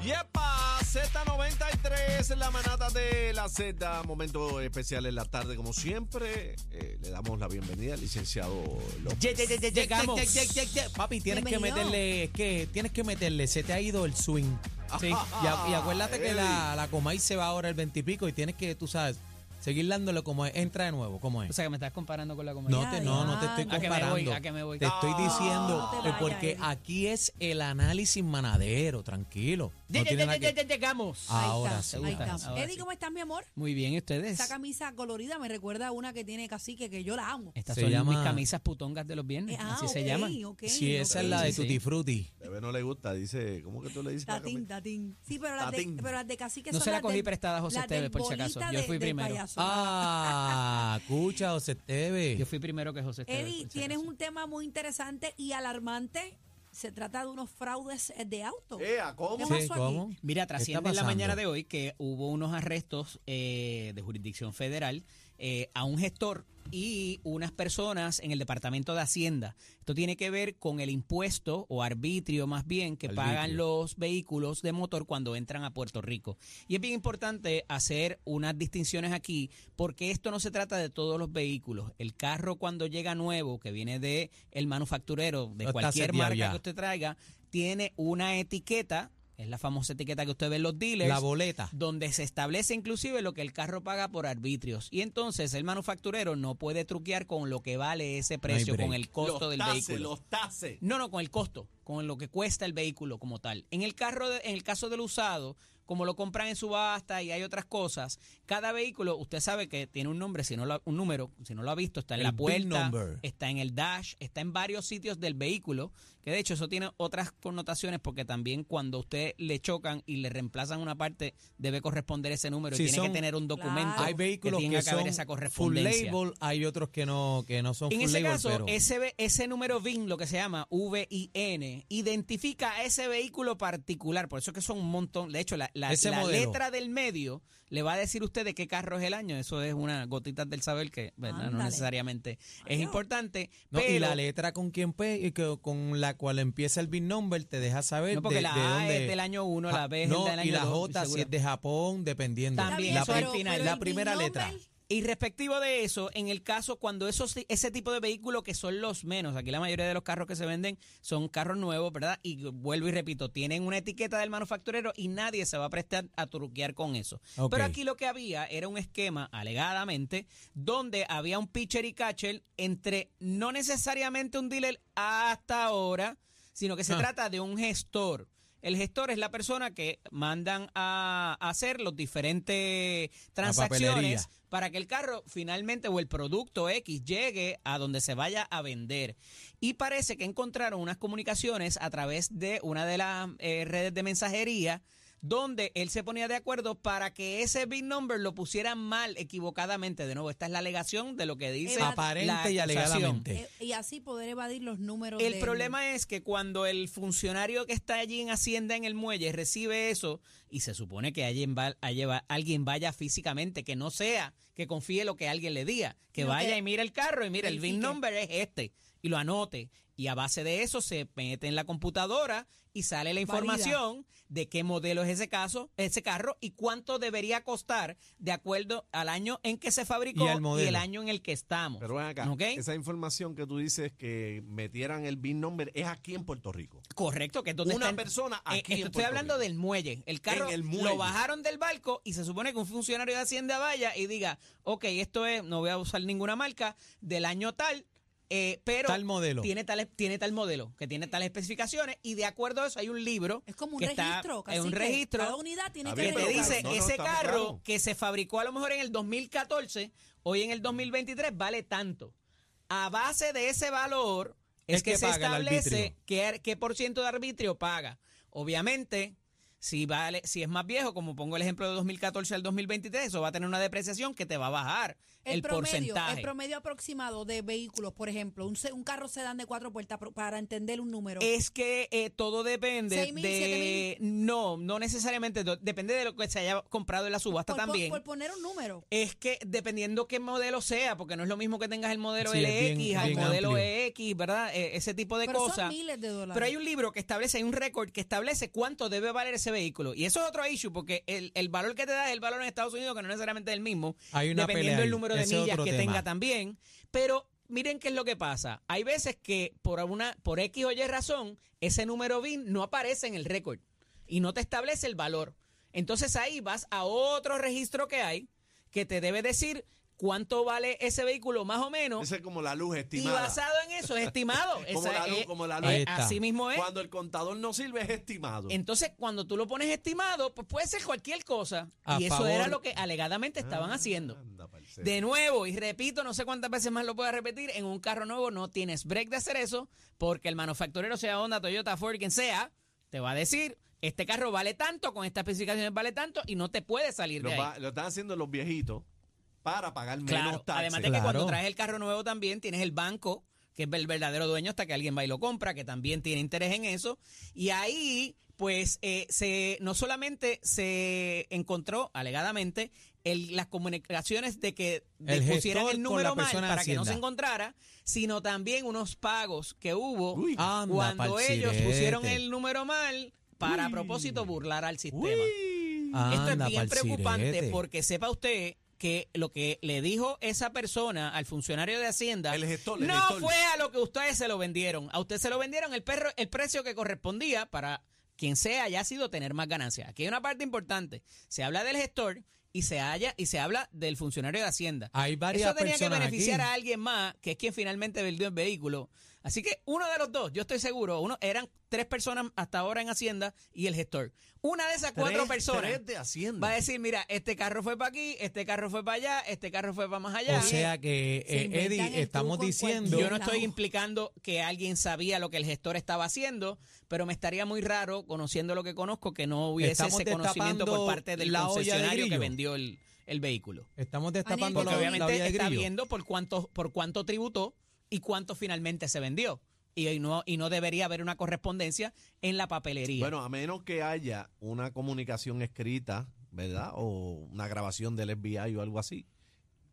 Yepa, Z93, la manada de la Z. Momento especial en la tarde, como siempre. Eh, le damos la bienvenida al licenciado López. Ye- ye- ye- ye- Llegamos. Ye- ye- ye- ye- ye. Papi, tienes que Bienvenido. meterle, es que tienes que meterle, se te ha ido el swing. Sí. Y, a- y acuérdate que la, la Comay se va ahora el veintipico y tienes que, tú sabes, seguir dándole como es, entra de nuevo, como O es. sea, que me estás comparando con la comedia. No te, no, no te estoy ¿A que me comparando. voy? ¿A que me voy? Te estoy diciendo, no te eh, vayas, porque Eddie. aquí es el análisis manadero, tranquilo. No Ye- ye- tiene nada ye- ye- que- ye- Llegamos. Ah. Ahí Ahora está, sí. ahí Ahora estamos. sí. Eddie, ¿cómo estás, mi amor? Muy bien, ¿y ustedes? Esa camisa colorida me recuerda a una que tiene cacique que yo la amo. Estas Se son llama- mis camisas putongas de los viernes. Eh, ah, así se ok, llaman. ok, Sí, esa ok. es la de Sí, sí. Tutti Frutti. Bebé no le gusta, dice. ¿Cómo que tú le dices? Tatín, tatín. Sí, pero las, de, Tatín. pero las de cacique No son se la las cogí del- prestada a José las del Esteves, por si acaso. bolita Yo de- fui del primero. payaso. Ah, escucha, José Yo Esteve. fui primero que José Esteves, pues, Eddie, por si tienes acaso. un tema muy interesante y alarmante. Se trata de unos fraudes eh, de auto. Ea, ¿cómo? ¿Qué Sí, pasó aquí? ¿cómo? Mira, ¿Qué está trasciende en la pasando? mañana de hoy que hubo unos arrestos eh, de jurisdicción federal eh, a un gestor y unas personas en el Departamento de Hacienda. Esto tiene que ver con el impuesto o arbitrio más bien que Arbitrio. pagan los vehículos de motor cuando entran a Puerto Rico. Y es bien importante hacer unas distinciones aquí porque esto no se trata de todos los vehículos. El carro cuando llega nuevo, que viene de el manufacturero, de No está cualquier seteado marca ya. que usted traiga, tiene una etiqueta, es la famosa etiqueta que usted ve en los dealers, La boleta. donde se establece inclusive lo que el carro paga por arbitrios. Y entonces el manufacturero no puede truquear con lo que vale ese precio, break. con el costo los del tases, vehículo. Los tases. No, no, con el costo, con lo que cuesta el vehículo como tal. En el carro, de- en el caso del usado, como lo compran en subasta y hay otras cosas, cada vehículo, usted sabe que tiene un nombre, si no lo- un número, si no lo ha visto, está en El la VIN puerta, number. está en el dash, está en varios sitios del vehículo, que de hecho eso tiene otras connotaciones porque también cuando usted le chocan y le reemplazan una parte, debe corresponder ese número Sí, y tiene que son- tener un documento Claro. Hay vehículos que, tenga que haber esa son full correspondencia. label, hay otros que no, que no son En full ese label, caso, pero- ese, ve- ese número VIN, lo que se llama VIN, identifica a ese vehículo particular. Por eso es que son un montón. De hecho, la, la- Ese la modelo. letra del medio le va a decir usted de qué carro es el año. Eso es una gotita del saber que ¿verdad? no Ándale. necesariamente es Adiós. importante. No, pero, y la letra con quien pe- y que- con la cual empieza el BIN number te deja saber No, porque de, la de A dónde es del año uno, la B es no, del año y la dos, J si seguro. es de Japón, dependiendo. También, la, eso pri- al final, pero la el primera binomio, letra. Y respectivo de eso, en el caso cuando esos, ese tipo de vehículos que son los menos, aquí la mayoría de los carros que se venden son carros nuevos, ¿verdad? Y vuelvo y repito, tienen una etiqueta del manufacturero y nadie se va a prestar a truquear con eso. Ok. Pero aquí lo que había era un esquema, alegadamente, donde había un pitcher y catcher entre no necesariamente un dealer hasta ahora, sino que se Ah. trata de un gestor. El gestor es la persona que mandan a a hacer los diferentes transacciones papelería. para que el carro finalmente o el producto X llegue a donde se vaya a vender. Y parece que encontraron unas comunicaciones a través de una de las eh, redes de mensajería donde él se ponía de acuerdo para que ese big number lo pusieran mal equivocadamente. De nuevo, esta es la alegación de lo que dice Eva- Aparente y la acusación. alegadamente. Eh, y así poder evadir los números. El del- problema es que cuando el funcionario que está allí en Hacienda en el muelle recibe eso y se supone que alguien, va, a llevar- alguien vaya físicamente, que no sea que confíe lo que alguien le diga, que No, vaya que y mire el carro y mire el VIN verifique. number es este y lo anote y a base de eso se mete en la computadora y sale la información de qué modelo es ese caso, ese carro y cuánto debería costar de acuerdo al año en que se fabricó al modelo. el año en el que estamos. Pero ven acá, ¿Ok? esa información que tú dices que metieran el BIN number es aquí en Puerto Rico. Correcto, que es donde Una están- persona Eh, aquí en estoy Puerto hablando Rico. del muelle. El carro En el muelle. lo bajaron del barco y se supone que un funcionario de Hacienda vaya y diga, ok, esto es, no voy a usar ninguna marca, del año tal, eh, pero Tal modelo. tiene, tal, tiene tal modelo, que tiene tales especificaciones y de acuerdo a eso hay un libro. Es como un que está- registro. es un cacique. registro Cada unidad tiene Está que bien, que te pero registrar. claro, no, dice, no, ese está carro claro. que se fabricó a lo mejor en el 2014, hoy en el 2023 vale tanto. A base de ese valor es, Es que, que se paga el establece arbitrio. qué, qué por ciento de arbitrio paga. Obviamente, Si, vale, si es más viejo, como pongo el ejemplo de 2014 al 2023, eso va a tener una depreciación que te va a bajar el, porcentaje. El promedio aproximado de vehículos, por ejemplo, un, se- un carro sedán de cuatro puertas, pro- para entender un número. Es que eh, todo depende ¿Seis mil, de... siete No, no necesariamente. do- Depende de lo que se haya comprado en la subasta por, por- también. por poner un número. Es que dependiendo qué modelo sea, porque no es lo mismo que tengas el modelo Sí, es LX bien- al bien modelo amplio. EX, ¿verdad? Eh, ese tipo de Pero son cosas. miles de dólares. Pero hay un libro que establece, hay un récord que establece cuánto debe valer ese vehículo. Y eso es otro issue, porque el, el valor que te da es el valor en Estados Unidos, que no necesariamente es el mismo, Hay una dependiendo pelea del ahí. número de Ese es millas otro que tema. tenga también. Pero miren qué es lo que pasa. Hay veces que por alguna, por X o Y razón, ese número BIN no aparece en el récord y no te establece el valor. Entonces ahí vas a otro registro que hay que te debe decir cuánto vale ese vehículo más o menos. Esa es como la luz Y estimada. basado en eso, es estimado. Como Esa la luz, es- como la eh, luz. Ahí está. así mismo es. Cuando el contador no sirve es estimado. Entonces, cuando tú lo pones estimado, pues puede ser cualquier cosa. A y eso favor. era lo que alegadamente estaban haciendo. Ah, Anda, parcero. De nuevo, y repito, no sé cuántas veces más lo pueda repetir, en un carro nuevo no tienes break de hacer eso, porque el manufacturero, sea Honda, Toyota, Ford, quien sea, te va a decir, este carro vale tanto, con estas especificaciones vale tanto, y no te puede salir lo, de ahí. va- lo están haciendo los viejitos para pagar Claro, menos taxes. además de que Claro. cuando traes el carro nuevo también tienes el banco, que es el verdadero dueño hasta que alguien va y lo compra, que también tiene interés en eso. Y ahí, pues, eh, se, no solamente se encontró alegadamente el- las comunicaciones de que de El pusieran gestor el con número la mal persona de para que no Hacienda. se encontrara, sino también unos pagos que hubo Uy. Anda cuando pa'l ellos sirete. pusieron el número mal para a propósito burlar al sistema. Esto Anda es bien pa'l preocupante sirete. porque sepa usted que lo que le dijo esa persona al funcionario de Hacienda El gestor, el no gestor. fue a lo que ustedes se lo vendieron. A usted se lo vendieron el perro, el precio que correspondía para quien sea haya sido tener más ganancias. Aquí hay una parte importante. Se habla del gestor y se halla, y se habla del funcionario de Hacienda. Hay varias Eso tenía que personas beneficiar aquí. a alguien más, que es quien finalmente vendió el vehículo. Así que uno de los dos, yo estoy seguro, uno eran tres personas hasta ahora en Hacienda y el gestor. Una de esas cuatro Tres- personas tres de Hacienda. va a decir, mira, este carro fue para aquí, este carro fue para allá, este carro fue para más allá. O sea que, Se eh, inventan el Eddie, truco estamos en cualquier diciendo... yo no Claro. estoy implicando que alguien sabía lo que el gestor estaba haciendo, pero me estaría muy raro, conociendo lo que conozco, que no hubiese Estamos ese conocimiento por destapando parte del la olla de concesionario que grillo. vendió el, el vehículo. Estamos Aniel, destapando Porque la, Pero la obviamente olla de está grillo. viendo por cuánto, por cuánto tributó y cuánto finalmente se vendió. Y, y no, y no debería haber una correspondencia en la papelería. Bueno, a menos que haya una comunicación escrita, ¿verdad? O una grabación del FBI o algo así,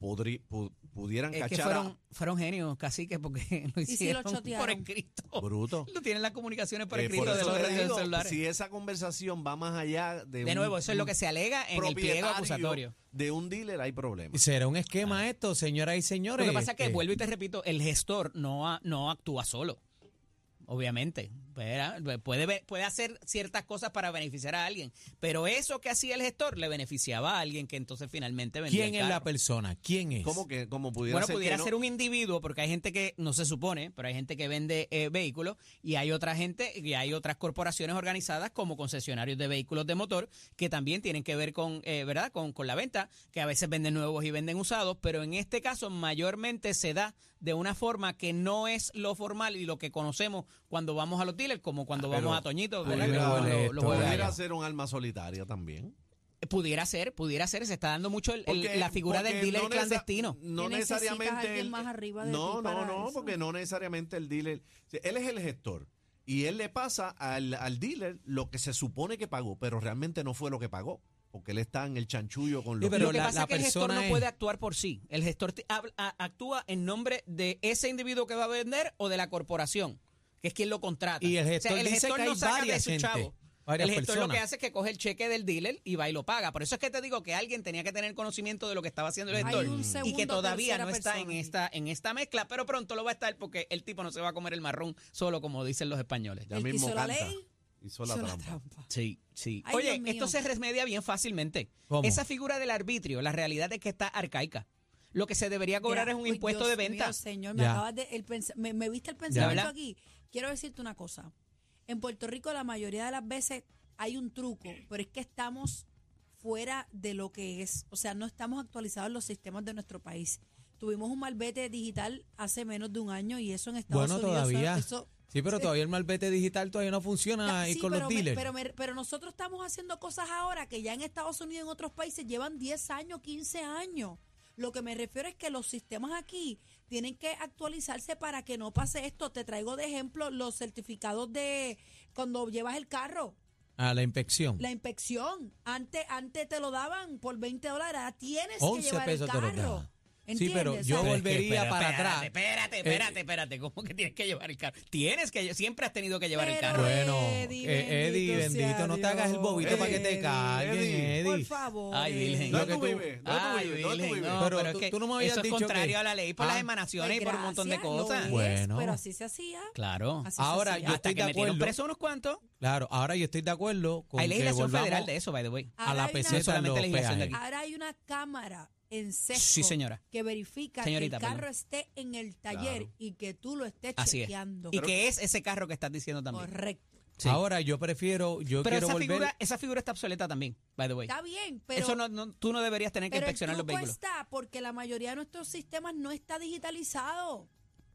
podri- pu- pudieran es que cachar fueron, fueron genios, cacique, porque lo si hicieron lo chotearon? por escrito. a... Bruto. Lo tienen las comunicaciones por Eh, escrito por de eso los te de los digo, celulares. si esa conversación va más allá de de un- nuevo, eso es lo que se alega en el pliego propietario acusatorio. De un dealer hay problemas. ¿Será un esquema esto, señoras y señores? Ah. Lo que pasa es que, eh, Este, vuelvo y te repito, el gestor no, a- no actúa solo. Obviamente, ¿verdad? puede, ve- puede hacer ciertas cosas para beneficiar a alguien, pero eso que hacía el gestor le beneficiaba a alguien que entonces finalmente vendía ¿Quién el es la carro. persona? ¿Quién es? ¿Cómo que como pudiera Bueno, ser pudiera que no- ser un individuo, porque hay gente que no se supone, pero hay gente que vende eh, vehículos y hay otra gente y hay otras corporaciones organizadas como concesionarios de vehículos de motor que también tienen que ver con, eh, ¿verdad? Con, con la venta, que a veces venden nuevos y venden usados, pero en este caso mayormente se da de una forma que no es lo formal y lo que conocemos cuando vamos a los dealers, como cuando Ah, vamos pero a Toñito, pudiera- ¿verdad? Que lo- lo- esto, lo juega pudiera allá. Pudiera ser un alma solitaria también. Pudiera ser, pudiera ser, se está dando mucho el- el- Porque- la figura del porque dealer no nece- clandestino. No Que necesitas a necesariamente. alguien el- más arriba de no, ti no, para no, eso. porque no necesariamente el dealer. si Él es el gestor. Y él le pasa al, al dealer lo que se supone que pagó, pero realmente no fue lo que pagó. Porque él está en el chanchullo con Sí, los. pero lo que la- pasa la es que el gestor persona no es- puede actuar por sí. El gestor te- habla- a- actúa en nombre de ese individuo que va a vender o de la corporación, que es quien lo contrata. Y el O sea, gestor dice que hay varias gente, varias El gestor lo que personas. hace es que coge el cheque del dealer y va y lo paga. Por eso es que te digo que alguien tenía que tener conocimiento de lo que estaba haciendo el Hay gestor un y que segundo, todavía tercera no está en persona. esta en esta mezcla, pero pronto lo va a estar porque el tipo no se va a comer el marrón solo como dicen los españoles. Ya El que mismo hizo la canta. ley, hizo la hizo la trampa. trampa. Sí, sí. Ay, Oye, Dios mío. esto se remedia bien fácilmente. ¿Cómo? Esa figura del arbitrio, la realidad es que está arcaica. Lo que se debería cobrar Mira, es un uy, impuesto Dios de venta. mío, señor, me Ya. acabas de- el pens- me, me viste el pensamiento ¿Verdad? aquí. Quiero decirte una cosa. En Puerto Rico la mayoría de las veces hay un truco, pero es que estamos fuera de lo que es. O sea, no estamos actualizados en los sistemas de nuestro país. Tuvimos un malvete digital hace menos de un año y eso en Estados Bueno, Unidos. eso- todavía. eso Sí, pero todavía el malvete digital todavía no funciona Ah, y Sí, con pero los me- dealers. pero, me- pero nosotros estamos haciendo cosas ahora que ya en Estados Unidos y en otros países llevan 10 años, 15 años. Lo que me refiero es que los sistemas aquí tienen que actualizarse para que no pase esto. Te traigo de ejemplo los certificados de cuando llevas el carro, a la inspección. la inspección. Antes, antes te lo daban por 20 dólares, ahora tienes que 11 llevar pesos el te lo carro. daban. Sí, pero ¿Entiendes? yo O sea, volví- volvería espera, para espérate, atrás. Espérate, espérate, espérate. ¿Cómo que tienes que llevar el carro? Tienes que, siempre has tenido que llevar el Pero- carro. bueno, Eddie, eh, Eddie, bendito sea bendito, no te hagas el Dios. bobito para que te Eddie, calmen, Eddie. Eddie. Por favor. Pues Ay, Eddie. Virgen. ¿Dónde Lo que tú tú- vives? ¿Dónde tú Ay, vives? ¿Dónde tú Virgen, vives? no, Pero pero, tú- es que tú no me habías eso es dicho contrario que- a la ley por Ah. las emanaciones Pues y por un montón de gracias, lo cosas. es, Bueno. Pero así se hacía. Claro. Así se Ahora hacía. yo Hasta estoy que de metieron acuerdo. preso unos cuantos. Claro, ahora yo estoy de acuerdo con Hay que legislación volvamos federal de eso, by the way. a la Ahora hay una- No es peseta en solamente los legislación de peajes. aquí. Ahora hay una cámara en sexto Sí, señora. que verifica Señorita, que el carro perdón. esté en el taller Claro. y que tú lo estés Así es. chequeando. Y que es ese carro que estás diciendo también. Correcto. Sí. Ahora yo prefiero, yo Pero quiero esa volver. figura, esa figura está obsoleta también, by the way. Está bien, pero, eso no, no- tú no deberías tener que pero el inspeccionar los truco vehículos. está porque la mayoría de nuestros sistemas no está digitalizado.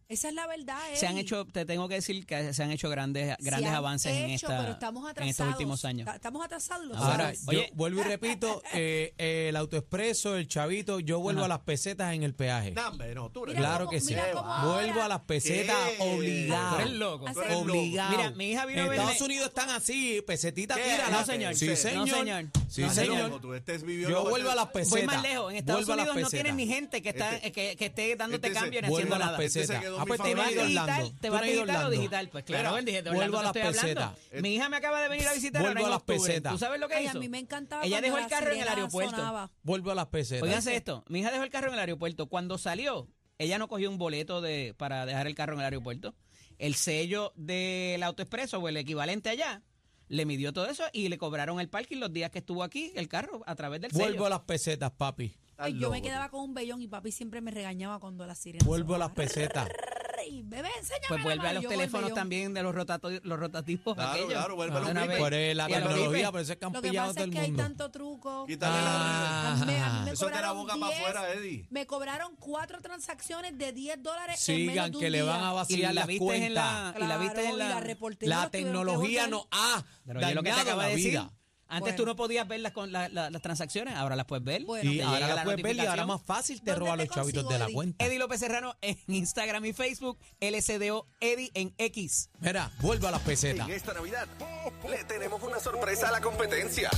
Esa es la verdad. Se han Eddie. hecho, te tengo que decir que se han hecho grandes, Se grandes han avances en, hecho, esta, pero estamos en estos atrasados. últimos años. Ta- Estamos atrasados. lo Ahora, Ahora, sabes. yo oye. vuelvo y repito, eh, eh, el autoexpreso, el chavito, yo vuelvo Ajá. a las pesetas en el peaje. No, hombre, no, tú eres Mira claro loco. cómo- que sí. mira cómo Vuelvo ahora- a las pesetas ¿Qué? obligado. Tú eres loco. Tú eres obligado. loco. Mira, mi hija vino a En verme- Estados Unidos están así, pesetita ¿Qué? tira. No, señor. Sí, No, señor. señor. Sí, No, Estás señor. loco, tú, este es vivió Yo loco, vuelvo a este- las pesetas. Voy más lejos. En Estados Vuelvo a las Unidos no tienen pesetas. ni gente que, está, Este- que, que esté dándote este se- cambio ni haciendo Vuelvo a las nada. Este se pesetas. quedó Ah, mi pues Te tú no va has a favorito. ido a digital, Orlando. te Tú va no a has ido a digital o Orlando. digital. Pues claro, Espera. en digital. Vuelvo Orlando a las te estoy hablando. pesetas. Mi hija me acaba de venir a visitar Vuelvo ahora en a las octubre. pesetas. ¿Tú sabes lo que Ay, hizo? a mí me encantaba. Ella cuando dejó el la carro en el sirena aeropuerto. sonaba. Vuelvo a las pesetas. Oiganse esto, mi hija dejó el carro en el aeropuerto. Cuando salió, ella no cogió un boleto de, para dejar el carro en el aeropuerto. El sello del autoexpreso o el equivalente allá, le midió todo eso y le cobraron el parking los días que estuvo aquí el carro a través del sello. Vuelvo a las pesetas, papi. Estás Ay, yo loco, me tú. quedaba con un vellón y papi siempre me regañaba cuando la sirena Vuelvo a las sonaba. pesetas. Ah, Ay, Bebé, enséñame Pues la vuelve a mano. los Yo con el teléfonos vellón. también de los, rotato- los rotativos. Claro, aquellos. claro, vuelve a los Una bipes. vez. Por eh, la Y a los tecnología, bipes. por eso es que han Lo que pillado a pasa todo es el que hay mundo. tanto truco. Quítale Ah. la... A mí me- a mí me Eso te la cobraron boca para 10, afuera, Eddie. Me cobraron cuatro transacciones de 10 dólares en menos Sigan de un que le van día. a Y vaciar la las viste en la... cuentas. Y la viste Claro, en y la la... reportería La los tuvieron que tecnología botar. nos ha Pero oye, lo que te dañado acabo la de decir. vida. Antes Bueno. tú no podías ver las, con- la- la- las transacciones, ahora las puedes ver. Bueno. Y Te ahora llega la puedes ver y ahora notificación. más fácil te ¿Dónde roban te los chavitos consigo, de la Eddie? cuenta. Eddie López Serrano en Instagram y Facebook, LSDO Eddie en X. Mira, vuelvo a las pesetas. En esta Navidad le tenemos una sorpresa a la competencia.